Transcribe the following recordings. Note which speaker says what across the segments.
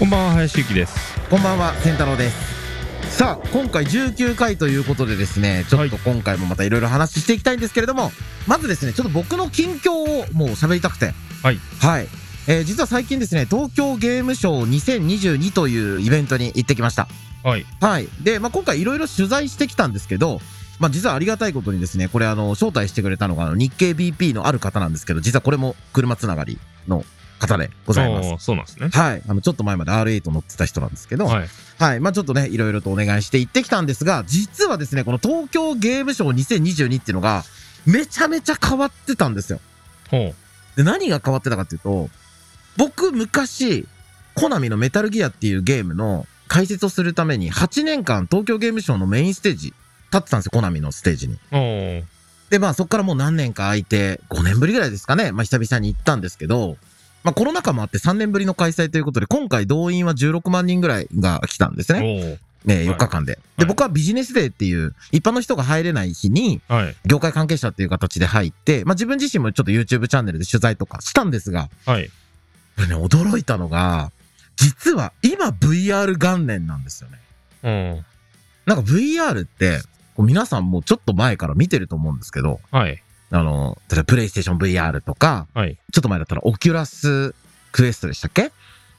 Speaker 1: こんばんは林幸です
Speaker 2: こんばんは、健太郎です。さあ、今回19回ということでですね、ちょっと今回もまたいろいろ話していきたいんですけれども、まずですね、ちょっと僕の近況をもう喋りたくて。
Speaker 1: はい。
Speaker 2: はい。えー実は最近ですね、東京ゲームショウ2022というイベントに行ってきました。
Speaker 1: はい
Speaker 2: はい。で、まあ、今回いろいろ取材してきたんですけど、まあ、実はありがたいことにですね、これあの、招待してくれたのがあの日経 BP のある方なんですけど、実はこれも車つながりの方でご
Speaker 1: ご
Speaker 2: ざいます。
Speaker 1: そうなんですね
Speaker 2: はい。あの、ちょっと前まで R8 乗ってた人なんですけど、
Speaker 1: はい
Speaker 2: はい。まあちょっとね、いろいろとお願いして行ってきたんですが、実はですね、この東京ゲームショウ2022っていうのが、めちゃめちゃ変わってたんですよ。
Speaker 1: ほう
Speaker 2: で、何が変わってたかっていうと、僕昔、コナミのメタルギアっていうゲームの解説をするために、8年間東京ゲームショウのメインステージ、立ってたんですよ、コナミのステージに。
Speaker 1: おー
Speaker 2: で、まあそこからもう何年か空いて、5年ぶりぐらいですかね、まあ久々に行ったんですけど、まあコロナ禍もあって3年ぶりの開催ということで、今回動員は16万人ぐらいが来たんです
Speaker 1: お
Speaker 2: ね。
Speaker 1: ー
Speaker 2: ね、
Speaker 1: い
Speaker 2: 4日間で。
Speaker 1: は
Speaker 2: で、
Speaker 1: い
Speaker 2: 僕はビジネスデーっていう、一般の人が入れない日に、
Speaker 1: はい
Speaker 2: 業界関係者っていう形で入って、まあ自分自身もちょっと YouTube チャンネルで取材とかしたんですが、
Speaker 1: はい
Speaker 2: これね、驚いたのが、実は今 VR 元年なんですよね。
Speaker 1: おー
Speaker 2: なんか VR って、こう皆さんもちょっと前から見てると思うんですけど、
Speaker 1: はい
Speaker 2: あの、例えばプレイステーション VR とか、
Speaker 1: はい
Speaker 2: ちょっと前だったらオキュラスクエストでしたっけ、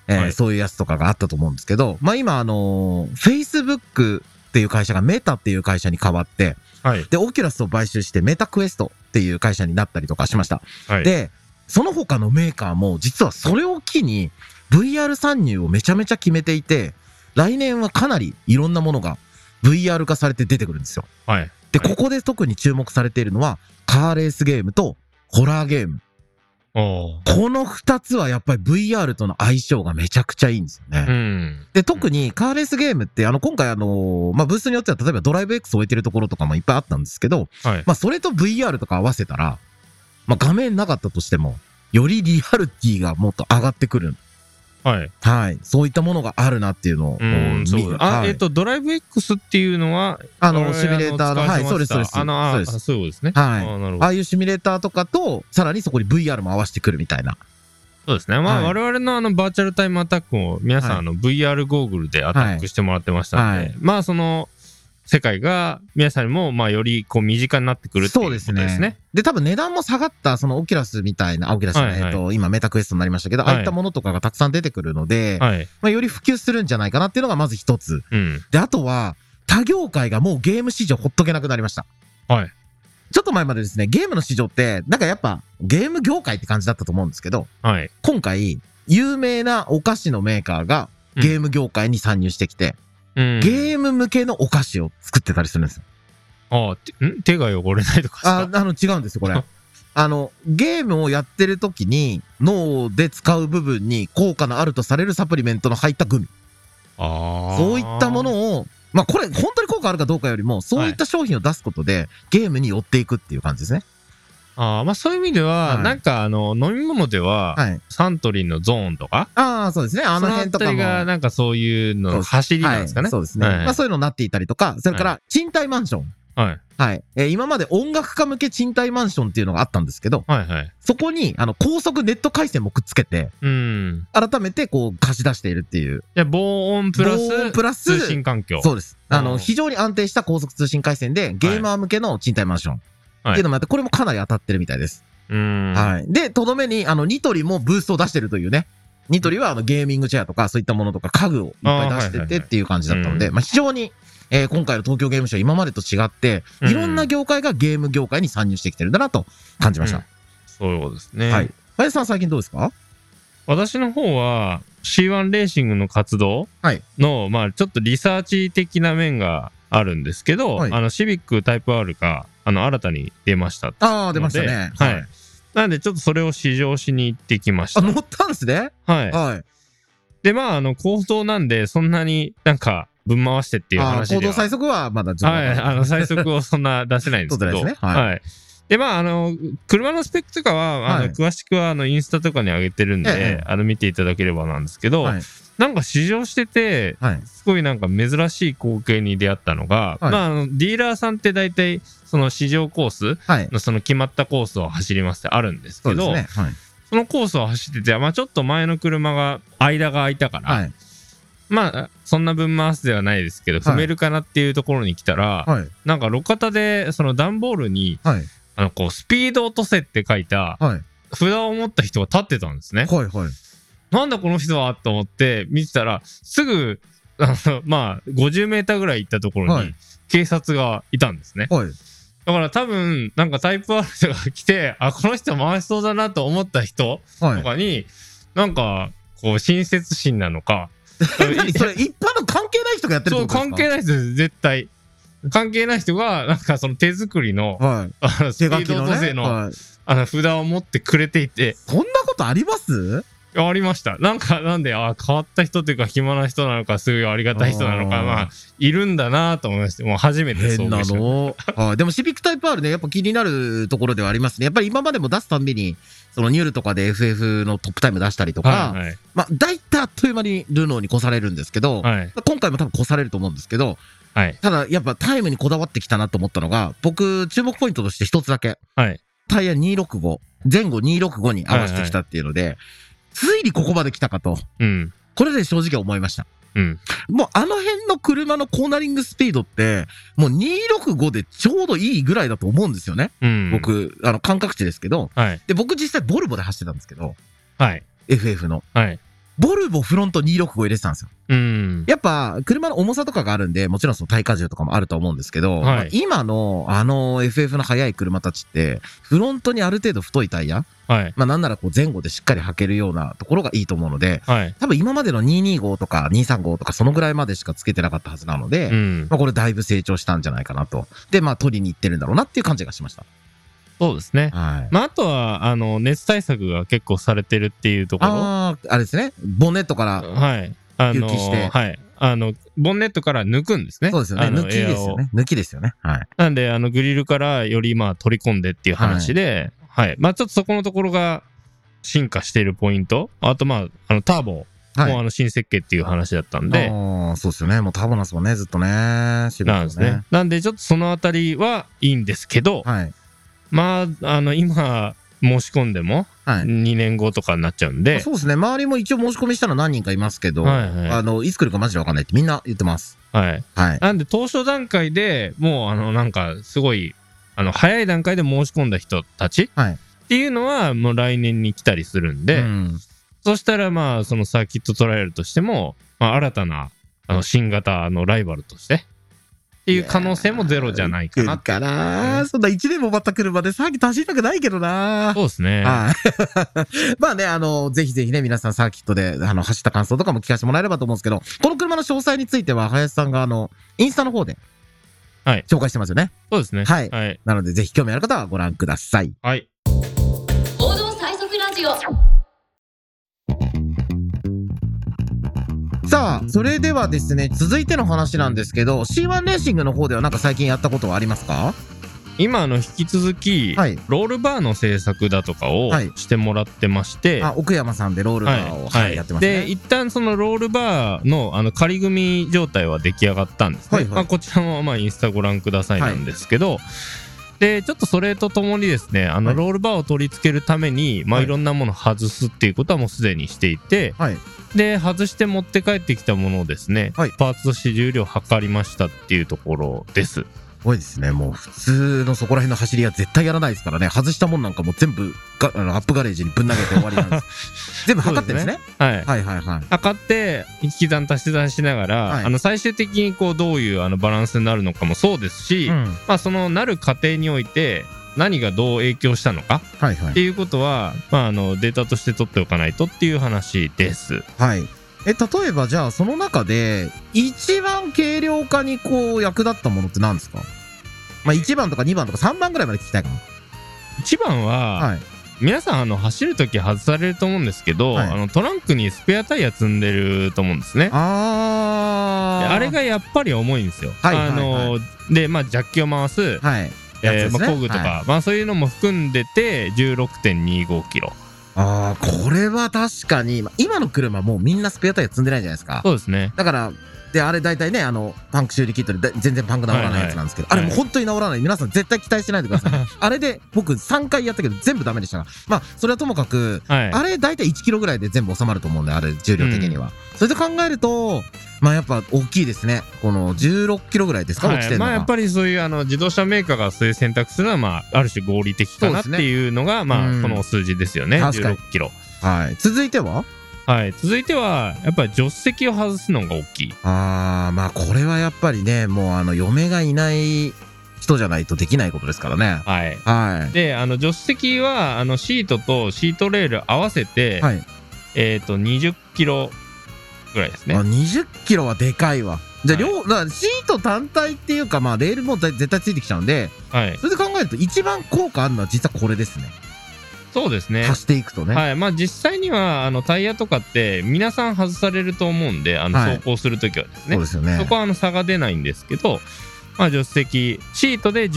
Speaker 2: えー
Speaker 1: はい
Speaker 2: そういうやつとかがあったと思うんですけど、まあ今あのー Facebook っていう会社がメタっていう会社に変わって、
Speaker 1: はい
Speaker 2: で、オキュラスを買収してメタクエストっていう会社になったりとかしました。
Speaker 1: はい
Speaker 2: で、その他のメーカーも実はそれを機に VR 参入をめちゃめちゃ決めていて、来年はかなりいろんなものが VR 化されて出てくるんですよ。
Speaker 1: はい
Speaker 2: で、
Speaker 1: はい
Speaker 2: ここで特に注目されているのは、カーレースゲームとホラーゲーム。
Speaker 1: おお
Speaker 2: この二つはやっぱり VR との相性がめちゃくちゃいいんですよね。
Speaker 1: うん
Speaker 2: で、特にカーレースゲームって、あの、今回あの、まあ、ブースによっては、例えばドライブ X 置いてるところとかもいっぱいあったんですけど、
Speaker 1: はい
Speaker 2: まあ、それと VR とか合わせたら、まあ、画面なかったとしても、よりリアルティがもっと上がってくる。
Speaker 1: はい
Speaker 2: はい。そういったものがあるなっていうのを。
Speaker 1: うんそうだあ
Speaker 2: はい
Speaker 1: えっとドライブ X っていうのは
Speaker 2: あ
Speaker 1: あ
Speaker 2: の、シミュレーター
Speaker 1: 使
Speaker 2: の、
Speaker 1: わ
Speaker 2: は
Speaker 1: せ
Speaker 2: い、
Speaker 1: て
Speaker 2: そう
Speaker 1: ま
Speaker 2: で
Speaker 1: し
Speaker 2: す、
Speaker 1: た
Speaker 2: そうです。
Speaker 1: あの
Speaker 2: そう
Speaker 1: あ
Speaker 2: で
Speaker 1: あ
Speaker 2: す。
Speaker 1: そうですね
Speaker 2: はい
Speaker 1: あーなるほど
Speaker 2: ああいうシミュレーターとかと、さらにそこに VR も合わせてくるみたいな。
Speaker 1: そうですね。まあ、
Speaker 2: はい
Speaker 1: 我々のあのバーチャルタイムアタックを皆さん
Speaker 2: はい
Speaker 1: あの VR ゴーグルでアタックしてもらってましたので、
Speaker 2: はい
Speaker 1: まあその世界が皆さんにもまあよりこう身近になってくるっていう
Speaker 2: そ
Speaker 1: こ
Speaker 2: う
Speaker 1: と
Speaker 2: で
Speaker 1: です
Speaker 2: す
Speaker 1: ね。
Speaker 2: ね。で、多分値段も下がった、そのオキュラスみたいな、あオキュラスじゃない、
Speaker 1: はいはい
Speaker 2: えっと、今メタクエストになりましたけど、
Speaker 1: はい
Speaker 2: ああいったものとかがたくさん出てくるので、
Speaker 1: はい。
Speaker 2: まあ、より普及するんじゃないかなっていうのがまず一つ。
Speaker 1: うん。
Speaker 2: で、あとは、他業界がもうゲーム市場ほっとけなくなりました。
Speaker 1: はい。
Speaker 2: ちょっと前までですね、ゲームの市場って、なんかやっぱ、ゲーム業界って感じだったと思うんですけど、
Speaker 1: はい。
Speaker 2: 今回、有名なお菓子のメーカーが、ゲーム業界に参入してきて、
Speaker 1: うん、
Speaker 2: ゲーム向けのお菓子を作ってたりするんですよ。
Speaker 1: ああ、てん手が汚れないとか
Speaker 2: あ
Speaker 1: さ。、
Speaker 2: あの、違うんですよ、これ。あの、ゲームをやってる時に、脳で使う部分に効果のあるとされるサプリメントの入ったグミ。
Speaker 1: あー
Speaker 2: そういったも。のを、まあこれ、本当に効果あるかどうかよりも、そういった商品を出すことで、ゲームに寄っていくっていう感じですね。
Speaker 1: ああ、まあそういう意味では、
Speaker 2: はい
Speaker 1: なんかあの飲み物では、
Speaker 2: はい。
Speaker 1: サントリーのゾーンとか、
Speaker 2: ああ、そうですね。あの辺とか
Speaker 1: そ
Speaker 2: も。
Speaker 1: 辺がなんかそういうのの走りなんですかね。
Speaker 2: はい、そうですね。
Speaker 1: はい
Speaker 2: まあそういうのになっていたりとか、それから、賃貸マンション。
Speaker 1: はい。
Speaker 2: はい。えー今まで音楽家向け賃貸マンションっていうのがあったんですけど、
Speaker 1: はいはい。
Speaker 2: そこに、あの、高速ネット回線もくっつけて、
Speaker 1: うん。
Speaker 2: 改めてこう貸し出しているっていう。
Speaker 1: じゃあ防音プラス
Speaker 2: 防音プラス
Speaker 1: 通信環境。
Speaker 2: そうです。あの、
Speaker 1: うん
Speaker 2: 非常に安定した高速通信回線で、ゲーマー向けの賃貸マンション。
Speaker 1: はい
Speaker 2: っていうのもあって、これもかなり当たってるみたいです。
Speaker 1: うん。
Speaker 2: はい。で、とどめに、あの、ニトリもブースを出してるというね。ニトリは、あの、ゲーミングチェアとか、そういったものとか、家具をいっぱ
Speaker 1: あーはい
Speaker 2: い出して
Speaker 1: はい
Speaker 2: て
Speaker 1: はい
Speaker 2: っていう感じだったので、
Speaker 1: う
Speaker 2: まあ、非常に、えー今回の東京ゲームショウ、今までと違って、
Speaker 1: うん
Speaker 2: いろんな業界がゲーム業界に参入してきてるんだなと感じまし
Speaker 1: うん
Speaker 2: た。
Speaker 1: そういうことですね。
Speaker 2: はい。林さん、最近どうですか
Speaker 1: 私の方は C1 レーシングの活動
Speaker 2: はい
Speaker 1: の、まあちょっとリサーチ的な面があるんですけど、
Speaker 2: はい
Speaker 1: あのシビックタイプ R があの新たに出ました。
Speaker 2: ああ、出ましたね。
Speaker 1: のではい。。なんでちょっとそれを試乗しに行ってきまし
Speaker 2: あ、
Speaker 1: た。
Speaker 2: 乗ったんですね。
Speaker 1: はい。
Speaker 2: はい。
Speaker 1: で、まああの行動なんでそんなになんかぶん回してっていう
Speaker 2: ああ、
Speaker 1: 話
Speaker 2: 行
Speaker 1: で
Speaker 2: 動
Speaker 1: は。
Speaker 2: 最速はまだちょっと
Speaker 1: はい、あの最速をそん な出せないんですけど。
Speaker 2: 取ってないですねは
Speaker 1: はい。で、まあ、あの、車のスペックとかは、あの、
Speaker 2: はい
Speaker 1: 詳しくは、あの、インスタとかに上げてるんで、
Speaker 2: ええ
Speaker 1: あの、見ていただければなんですけど、
Speaker 2: はい
Speaker 1: なんか試乗してて、
Speaker 2: はい。
Speaker 1: すごいなんか珍しい光景に出会ったのが、
Speaker 2: はい
Speaker 1: まあ、あのディーラーさんって大体、その試乗コース
Speaker 2: はい。
Speaker 1: の、その決まったコースを走りますってあるんです
Speaker 2: そ
Speaker 1: け
Speaker 2: うで
Speaker 1: ど、
Speaker 2: す
Speaker 1: そ
Speaker 2: ね。はい。
Speaker 1: のコースを走ってて、まあ、ちょっと前の車が、間が空いたから、
Speaker 2: はい。
Speaker 1: まあ、そんな分回すではないですけど、
Speaker 2: は
Speaker 1: 踏
Speaker 2: い
Speaker 1: めるかなっていうところに来たら、
Speaker 2: はい。
Speaker 1: なんか路肩で、その段ボールに、
Speaker 2: はい。
Speaker 1: あの、こう、スピード落とせって書いた
Speaker 2: はい。
Speaker 1: 札を持った人が立ってたんですね。
Speaker 2: はい。はい。
Speaker 1: なんだこの人はと思って見てたら、すぐ、あの、まあ、50メーターぐらい行ったところ
Speaker 2: は
Speaker 1: に
Speaker 2: い、
Speaker 1: 警察がいたんですね。
Speaker 2: はい。
Speaker 1: だから多分、なんかタイプある人が来て、あ、この人回しそうだなと思った人
Speaker 2: は
Speaker 1: と
Speaker 2: い。
Speaker 1: かに、なんか、こう、親切心なの か、
Speaker 2: 何それ一般の関係ない人がやってるっ
Speaker 1: そ
Speaker 2: て
Speaker 1: う、
Speaker 2: ことですか
Speaker 1: 関係ない人です、絶対。関係ない人が、なんかその手作りの、
Speaker 2: はい。
Speaker 1: あのス
Speaker 2: 手
Speaker 1: ピ
Speaker 2: 書
Speaker 1: ー
Speaker 2: き
Speaker 1: ド
Speaker 2: の
Speaker 1: 落とせ
Speaker 2: ね。
Speaker 1: の、
Speaker 2: はい。
Speaker 1: あの、札を持ってくれていて、
Speaker 2: そんなことあります
Speaker 1: ありました。なんか、なんで、あ変わった人というか、暇な人なのか、すごいありがたい人なのか、
Speaker 2: あー
Speaker 1: まあ、いるんだなと思いまして、もう初めてそう
Speaker 2: 変
Speaker 1: で
Speaker 2: な
Speaker 1: した。
Speaker 2: の。はい。でもシビックタイプ R ね、やっぱ気になるところではありますね。やっぱり今までも出すたんびに、そのニュールとかで FF のトップタイム出したりとか、
Speaker 1: はい、はい、
Speaker 2: まあ、大体あっという間にルノーに越されるんですけど、
Speaker 1: はい、
Speaker 2: 今回も多分越されると思うんですけど、
Speaker 1: はい、
Speaker 2: ただやっぱタイムにこだわってきたなと思ったのが、僕、注目ポイントとして一つだけ、
Speaker 1: はい、
Speaker 2: タイヤ265、前後265に合わせてきたっていうので、ついにここまで来たかと、
Speaker 1: うん、
Speaker 2: これで正直思いました。
Speaker 1: うん、
Speaker 2: もうあの辺の車のコーナリングスピードって、もう265でちょうどいいぐらいだと思うんですよね。
Speaker 1: うん。、
Speaker 2: 僕、あの、感覚値ですけど。
Speaker 1: はい、
Speaker 2: で、僕実際ボルボで走ってたんですけど、
Speaker 1: はい、
Speaker 2: FF の。
Speaker 1: はい、
Speaker 2: ボルボフロント265入れてたんですよ。
Speaker 1: うん、
Speaker 2: やっぱ、車の重さとかがあるんで、もちろんその耐荷重とかもあると思うんですけど、
Speaker 1: はい
Speaker 2: まあ今の、あの、FF の速い車たちって、フロントにある程度太いタイヤ、
Speaker 1: はい、
Speaker 2: まあなんならこう前後でしっかり履けるようなところがいいと思うので、
Speaker 1: はい、
Speaker 2: 多分今までの225とか235とかそのぐらいまでしかつけてなかったはずなので、
Speaker 1: うん。
Speaker 2: まあこれだいぶ成長したんじゃないかなと。で、まあ取りに行ってるんだろうなっていう感じがしました。
Speaker 1: そうですね。
Speaker 2: はい。
Speaker 1: まあ、あとは、あの、熱対策が結構されてるっていうところ。
Speaker 2: ああ、あれですね。ボンネットから、
Speaker 1: はい。あの
Speaker 2: 隆起して
Speaker 1: はい。あの、ボンネットから抜くんですね。
Speaker 2: そうですよね。
Speaker 1: あの
Speaker 2: 抜きですよ。
Speaker 1: エ
Speaker 2: ね。抜きですよね。はい。
Speaker 1: アをなんで、あの、グリルからより、まあ、取り込んでっていう話で、はい、まあ、ちょっとそこのところが進化しているポイント。あと、まあ、あの、ターボも、
Speaker 2: はい。
Speaker 1: あの、新設計っていう話だったんで、
Speaker 2: ああ、そうですよね。もうターボナスもんね、ずっとね。シビッ
Speaker 1: なん
Speaker 2: ク
Speaker 1: ですね。。なんで、ちょっとそのあたりはいいんですけど、
Speaker 2: はい。
Speaker 1: まあ、あの、今、申し込んでも、
Speaker 2: はい。
Speaker 1: 2年後とかになっちゃうんで、
Speaker 2: そうですね。周りも一応申し込みしたの何人かいますけど、
Speaker 1: はいはい
Speaker 2: あの、いつ来るかマジでわかんないってみんな言ってます。
Speaker 1: はい。
Speaker 2: はい。
Speaker 1: なんで当初段階でもうあのなんかすごいあの早い段階で申し込んだ人たち
Speaker 2: はい
Speaker 1: っていうのはもう来年に来たりするんで、
Speaker 2: うん
Speaker 1: そしたらまあそのサーキットトライアルとしても、まあ、新たなあの新型のライバルとしてっていう可能性もゼロじゃないか
Speaker 2: 来
Speaker 1: な
Speaker 2: るかな。そんな1年もまた車でさっき走りたくないけどな。
Speaker 1: そうですね
Speaker 2: はい まあね、あの、ぜひぜひね、皆さんサーキットで、あの、走った感想とかも聞かせてもらえればと思うんですけど、この車の詳細については、林さんが、あの、インスタの方で、
Speaker 1: はい
Speaker 2: 紹介してますよね。
Speaker 1: そうですね
Speaker 2: はい
Speaker 1: はい、
Speaker 2: なので、ぜひ興味ある方はご覧ください。
Speaker 1: はい
Speaker 3: 報道最速ラジオ
Speaker 2: さあ、それではですね、続いての話なんですけど、C1 レーシングの方ではなんか最近やったことはありますか
Speaker 1: 今あの引き続き、
Speaker 2: はい。
Speaker 1: ロールバーの制作だとかを
Speaker 2: はい
Speaker 1: してもらってまして、
Speaker 2: あ、奥山さんでロールバーを、はいやってます
Speaker 1: で
Speaker 2: ね。
Speaker 1: 一旦そのロールバーのあの仮組み状態は出来上がったんですね、
Speaker 2: はいはい
Speaker 1: まあ、こちらもまあインスタご覧くださいなんですけど、でちょっとそれとともにですねあの
Speaker 2: はい
Speaker 1: ロールバーを取り付けるために、まあ、
Speaker 2: はい
Speaker 1: いろんなものを外すっていうことはもうすでにしていて、
Speaker 2: はい
Speaker 1: で外して持って帰ってきたものをですね、
Speaker 2: はい
Speaker 1: パーツとして重量測りましたっていうところです
Speaker 2: すごいですね。もう普通のそこら辺の走りは絶対やらないですからね。外したもんなんかもう全部があのアップガレージにぶん投げて終わりなんです。 全部測ってですね。
Speaker 1: はい
Speaker 2: はいはいはい。
Speaker 1: 測って引き算足し算しながら、
Speaker 2: はい
Speaker 1: あの最終的にこうどういうあのバランスになるのかもそうですし、
Speaker 2: うん
Speaker 1: まあ、そのなる過程において何がどう影響したのか
Speaker 2: はいは
Speaker 1: って
Speaker 2: い。
Speaker 1: いうことは、まあ、あのデータとして取っておかないとっていう話です。
Speaker 2: はい。え、例えばじゃあその中で、一番軽量化にこう役立ったものって何ですかまあ1番とか2番とか3番ぐらいまで聞きたいか
Speaker 1: 一番
Speaker 2: な。
Speaker 1: は、
Speaker 2: はい。
Speaker 1: 皆さんあの走る時外されると思うんですけど、
Speaker 2: はい
Speaker 1: あのトランクにスペアタイヤ積んでると思うんですね。で
Speaker 2: あー。
Speaker 1: あれがやっぱり重いんですよ。
Speaker 2: はいはいはい
Speaker 1: あので、まあ、ジャッキを回す、
Speaker 2: はい。
Speaker 1: えー
Speaker 2: やつですね
Speaker 1: まあ、工具とか、
Speaker 2: は
Speaker 1: まあ、そういうのも含んでて16.25キロ
Speaker 2: ああ、これは確かに、ま今の車もうみんなスペアタイヤ積んでないじゃないですか。
Speaker 1: そうですね
Speaker 2: だから、で、あれ大体ね、あの、パンク修理キットでだ全然パンク治らないやつなんですけど、
Speaker 1: はいはい
Speaker 2: あれもう本当に治らない。皆さん絶対期待しないでください。あれで僕3回やったけど全部ダメでしたから。まあ、それはともかく、
Speaker 1: はい。
Speaker 2: あれ大体1キロぐらいで全部収まると思うんで、あれ重量的には。それで考えると、まあやっぱ大きいですね。この16キロぐらいですか、落ちて
Speaker 1: はい、
Speaker 2: る
Speaker 1: ま
Speaker 2: のが。
Speaker 1: あやっぱりそういうあの自動車メーカーがそういう選択するのはまあある種合理的かなっていうのがま
Speaker 2: う
Speaker 1: あ
Speaker 2: ん
Speaker 1: この数字ですよね、
Speaker 2: 確かに
Speaker 1: 16キロ
Speaker 2: はい。続いては
Speaker 1: はい続いてはやっぱり助手席を外すのが大きい
Speaker 2: あー、まあこれはやっぱりね、もうあの、嫁がいない人じゃないとできないことですからね。
Speaker 1: はい
Speaker 2: は
Speaker 1: であの助手席はあのシートとシートレール合わせて、
Speaker 2: い。はい。
Speaker 1: えっ、と20キロぐらいです
Speaker 2: あ
Speaker 1: ね
Speaker 2: 20キロはでかいわ。じゃあ、
Speaker 1: はい
Speaker 2: 両、だからシート単体っていうか、まあ、レールもだ絶対ついてきちゃうんで、
Speaker 1: はい
Speaker 2: それで考えると、一番効果あるのは実はこれですね。
Speaker 1: そうですね
Speaker 2: 足していくとね。はい。
Speaker 1: はいまあ実際にはあのタイヤとかって皆さん外されると思うんであの
Speaker 2: はい
Speaker 1: 走行するときはですね、
Speaker 2: そうですよね。
Speaker 1: そこはあの差が出ないんですけど、まあ、助手席シートで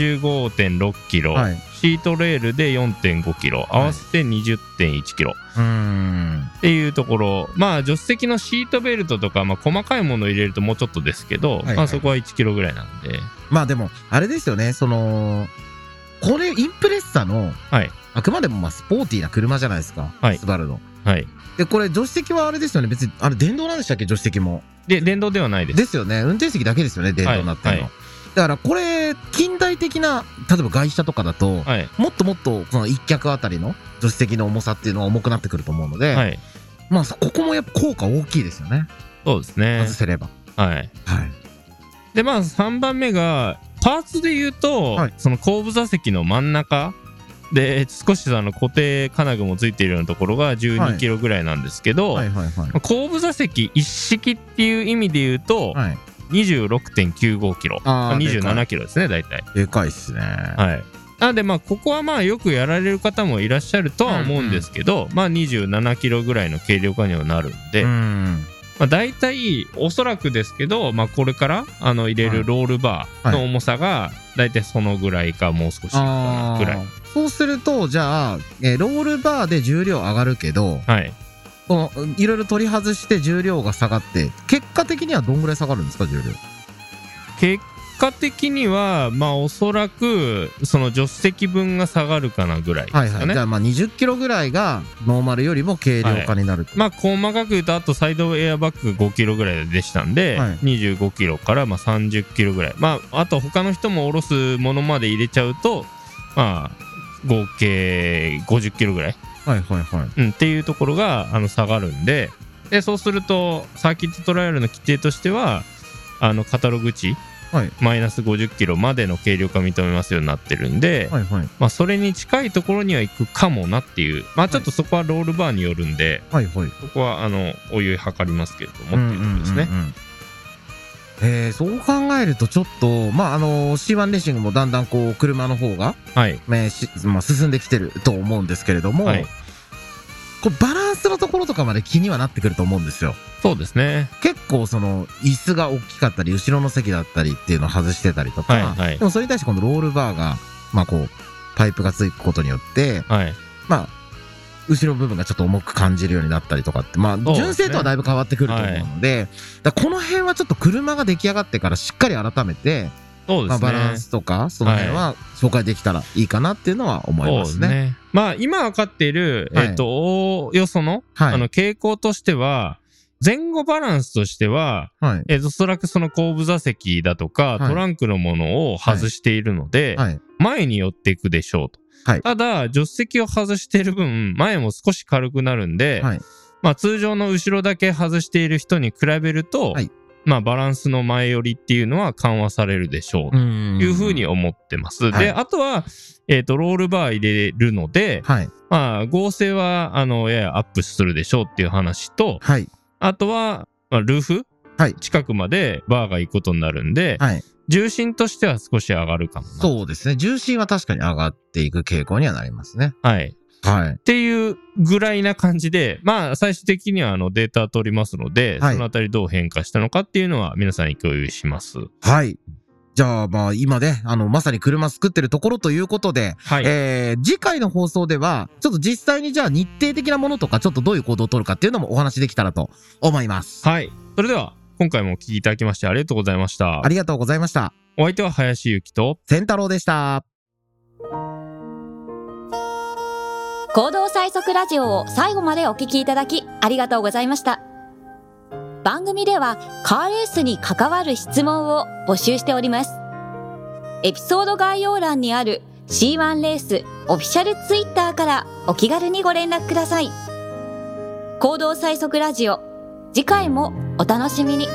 Speaker 1: 15.6キロ、
Speaker 2: はい。う
Speaker 1: シートレールで4.5キロ合わせて20.1キロ
Speaker 2: ーん。
Speaker 1: っていうところまあ助手席のシートベルトとか、まあ、細かいものを入れるともうちょっとですけど、
Speaker 2: いはい
Speaker 1: まあ、そこは1キロぐらいなんで
Speaker 2: まあ、でも、あれですよね、その、これ、インプレッサの、
Speaker 1: はい
Speaker 2: あくまでも、まあ、スポーティーな車じゃないですか。
Speaker 1: はい
Speaker 2: スバルの。
Speaker 1: はい
Speaker 2: で、これ、助手席はあれですよね。別に、あれ、電動なんでしたっけ、助手席も。
Speaker 1: で電動ではないです
Speaker 2: ですよね。運転席だけですよね、電動になってるの。
Speaker 1: はい
Speaker 2: だから、これ、近代的な、例えば外車とかだと、
Speaker 1: はい
Speaker 2: もっともっとこの一脚あたりの助手席の重さっていうのは重くなってくると思うので、
Speaker 1: はい
Speaker 2: まあそここもやっぱ効果大きいですよね
Speaker 1: そうですね
Speaker 2: 外せれば、
Speaker 1: はい
Speaker 2: はい
Speaker 1: でまあ3番目がパーツで言うと、
Speaker 2: はい
Speaker 1: その後部座席の真ん中で少しあの固定金具もついているようなところが
Speaker 2: は
Speaker 1: 12
Speaker 2: い
Speaker 1: キロぐらいなんですけど、
Speaker 2: はいはいはい
Speaker 1: まあ後部座席一式っていう意味で言うと、
Speaker 2: はい
Speaker 1: 26.95キロ
Speaker 2: あーでか
Speaker 1: 27
Speaker 2: い
Speaker 1: キロですね大体
Speaker 2: でかいっすね、
Speaker 1: はいなのでまあここはまあよくやられる方もいらっしゃるとは思うんですけど、まあ27キロぐらいの軽量化にはなるんで、
Speaker 2: うん
Speaker 1: まあ、大体おそらくですけど、まあ、これからあの入れるロールバーの重さが大体そのぐらいかもう少しかな
Speaker 2: あ
Speaker 1: ぐらい
Speaker 2: ーそうするとじゃあ、えーロールバーで重量上がるけど
Speaker 1: はい
Speaker 2: このいろいろ取り外して重量が下がって結果的にはどんぐらい下がるんですか重量
Speaker 1: 結果的にはまあおそらくその助手席分が下がるかなぐらいですか
Speaker 2: は
Speaker 1: ね、
Speaker 2: いはい、じゃあまあ20キロぐらいがノーマルよりも軽量化になると、
Speaker 1: まあ細かく言うとあとサイドエアバッグ5キロぐらいでしたんで、
Speaker 2: はい
Speaker 1: 25キロからまあ30キロぐらいまああと他の人も下ろすものまで入れちゃうとまあ合計50キロぐらい、
Speaker 2: はいはいはい
Speaker 1: うん、っていうところがあの下がるんででそうするとサーキットトライアルの規定としてはあのカタログ値、
Speaker 2: はい
Speaker 1: マイナス50キロまでの軽量化認めますようになってるんで、
Speaker 2: はいはい
Speaker 1: まあ、それに近いところには行くかもなっていうまあちょっとそこはロールバーによるんで、
Speaker 2: はいはい
Speaker 1: ここはあのお湯測りますけれどもっていうところですね
Speaker 2: う。んうんうんうんえーそう考えるとちょっと、まあ、あの C1 レーシングもだんだんこう車の方が、
Speaker 1: はい。
Speaker 2: ねしまあ、進んできてると思うんですけれども、
Speaker 1: はい
Speaker 2: こうバランスのところとかまで気にはなってくると思うんですよ。
Speaker 1: そうですね。
Speaker 2: 結構その椅子が大きかったり後ろの席だったりっていうのを外してたりとか、
Speaker 1: はいはい
Speaker 2: でもそれに対してこのロールバーが、まあ、こうパイプがつくことによって、
Speaker 1: はい。
Speaker 2: まあ、後ろ部分がちょっと重く感じるようになったりとかって、まあ、
Speaker 1: ですね
Speaker 2: 純正とはだいぶ変わってくると思うので、だからこの辺はちょっと車が出来上がってからしっかり改めて、
Speaker 1: そう
Speaker 2: ま
Speaker 1: で
Speaker 2: あ、
Speaker 1: すね。
Speaker 2: バランスとか、その辺は紹介できたらいいかなっていうのは思い
Speaker 1: そう
Speaker 2: ま
Speaker 1: ですす
Speaker 2: ね。
Speaker 1: ね。まあ今分かっている、
Speaker 2: はい
Speaker 1: えっ、と、おおよその、
Speaker 2: はい。
Speaker 1: あの傾向としては、前後バランスとしては、
Speaker 2: はい。
Speaker 1: えっ、と、おそらくその後部座席だとか、
Speaker 2: はい
Speaker 1: トランクのものを外しているので、
Speaker 2: はい。
Speaker 1: 前に寄っていくでしょうと。
Speaker 2: はい
Speaker 1: ただ、助手席を外している分、前も少し軽くなるんで、
Speaker 2: はい
Speaker 1: まあ、通常の後ろだけ外している人に比べると、
Speaker 2: はい
Speaker 1: まあ、バランスの前寄りっていうのは緩和されるでしょうというふうに思ってます。
Speaker 2: はい
Speaker 1: で、あとは、えっ、と、ロールバー入れるので、
Speaker 2: はい。
Speaker 1: まあ、合成は、あの、ややアップするでしょうっていう話と、
Speaker 2: はい。
Speaker 1: あとは、まあ、ルーフ、
Speaker 2: はい
Speaker 1: 近くまでバーが行くことになるんで、
Speaker 2: はい。
Speaker 1: 重心としては少し上がるかもな。
Speaker 2: そうですね。重心は確かに上がっていく傾向にはなりますね。
Speaker 1: はい。
Speaker 2: は
Speaker 1: っ。
Speaker 2: い
Speaker 1: ていうぐらいな感じで、まあ、最終的にはあのデータ取りますので、
Speaker 2: はい
Speaker 1: そのあたりどう変化したのかっていうのは皆さんに共有します。
Speaker 2: はい。じゃあ、まあ、今ね、あの、まさに車作ってるところということで、
Speaker 1: はい。
Speaker 2: えー次回の放送では、ちょっと実際にじゃあ日程的なものとか、ちょっとどういう行動を取るかっていうのもお話できたらと思います。
Speaker 1: はい。それでは、今回もお聞きいただきましてありがとうございました
Speaker 2: あ。りがとうございました。
Speaker 1: お相手は林ゆきと、
Speaker 2: 千太郎でした。
Speaker 4: 行動最速ラジオを最後までお聞きいただきありがとうございました番組ではカーレースに関わる質問を募集しておりますエピソード概要欄にある C1 レースオフィシャルツイッターからお気軽にご連絡ください行動最速ラジオ次回もお楽しみに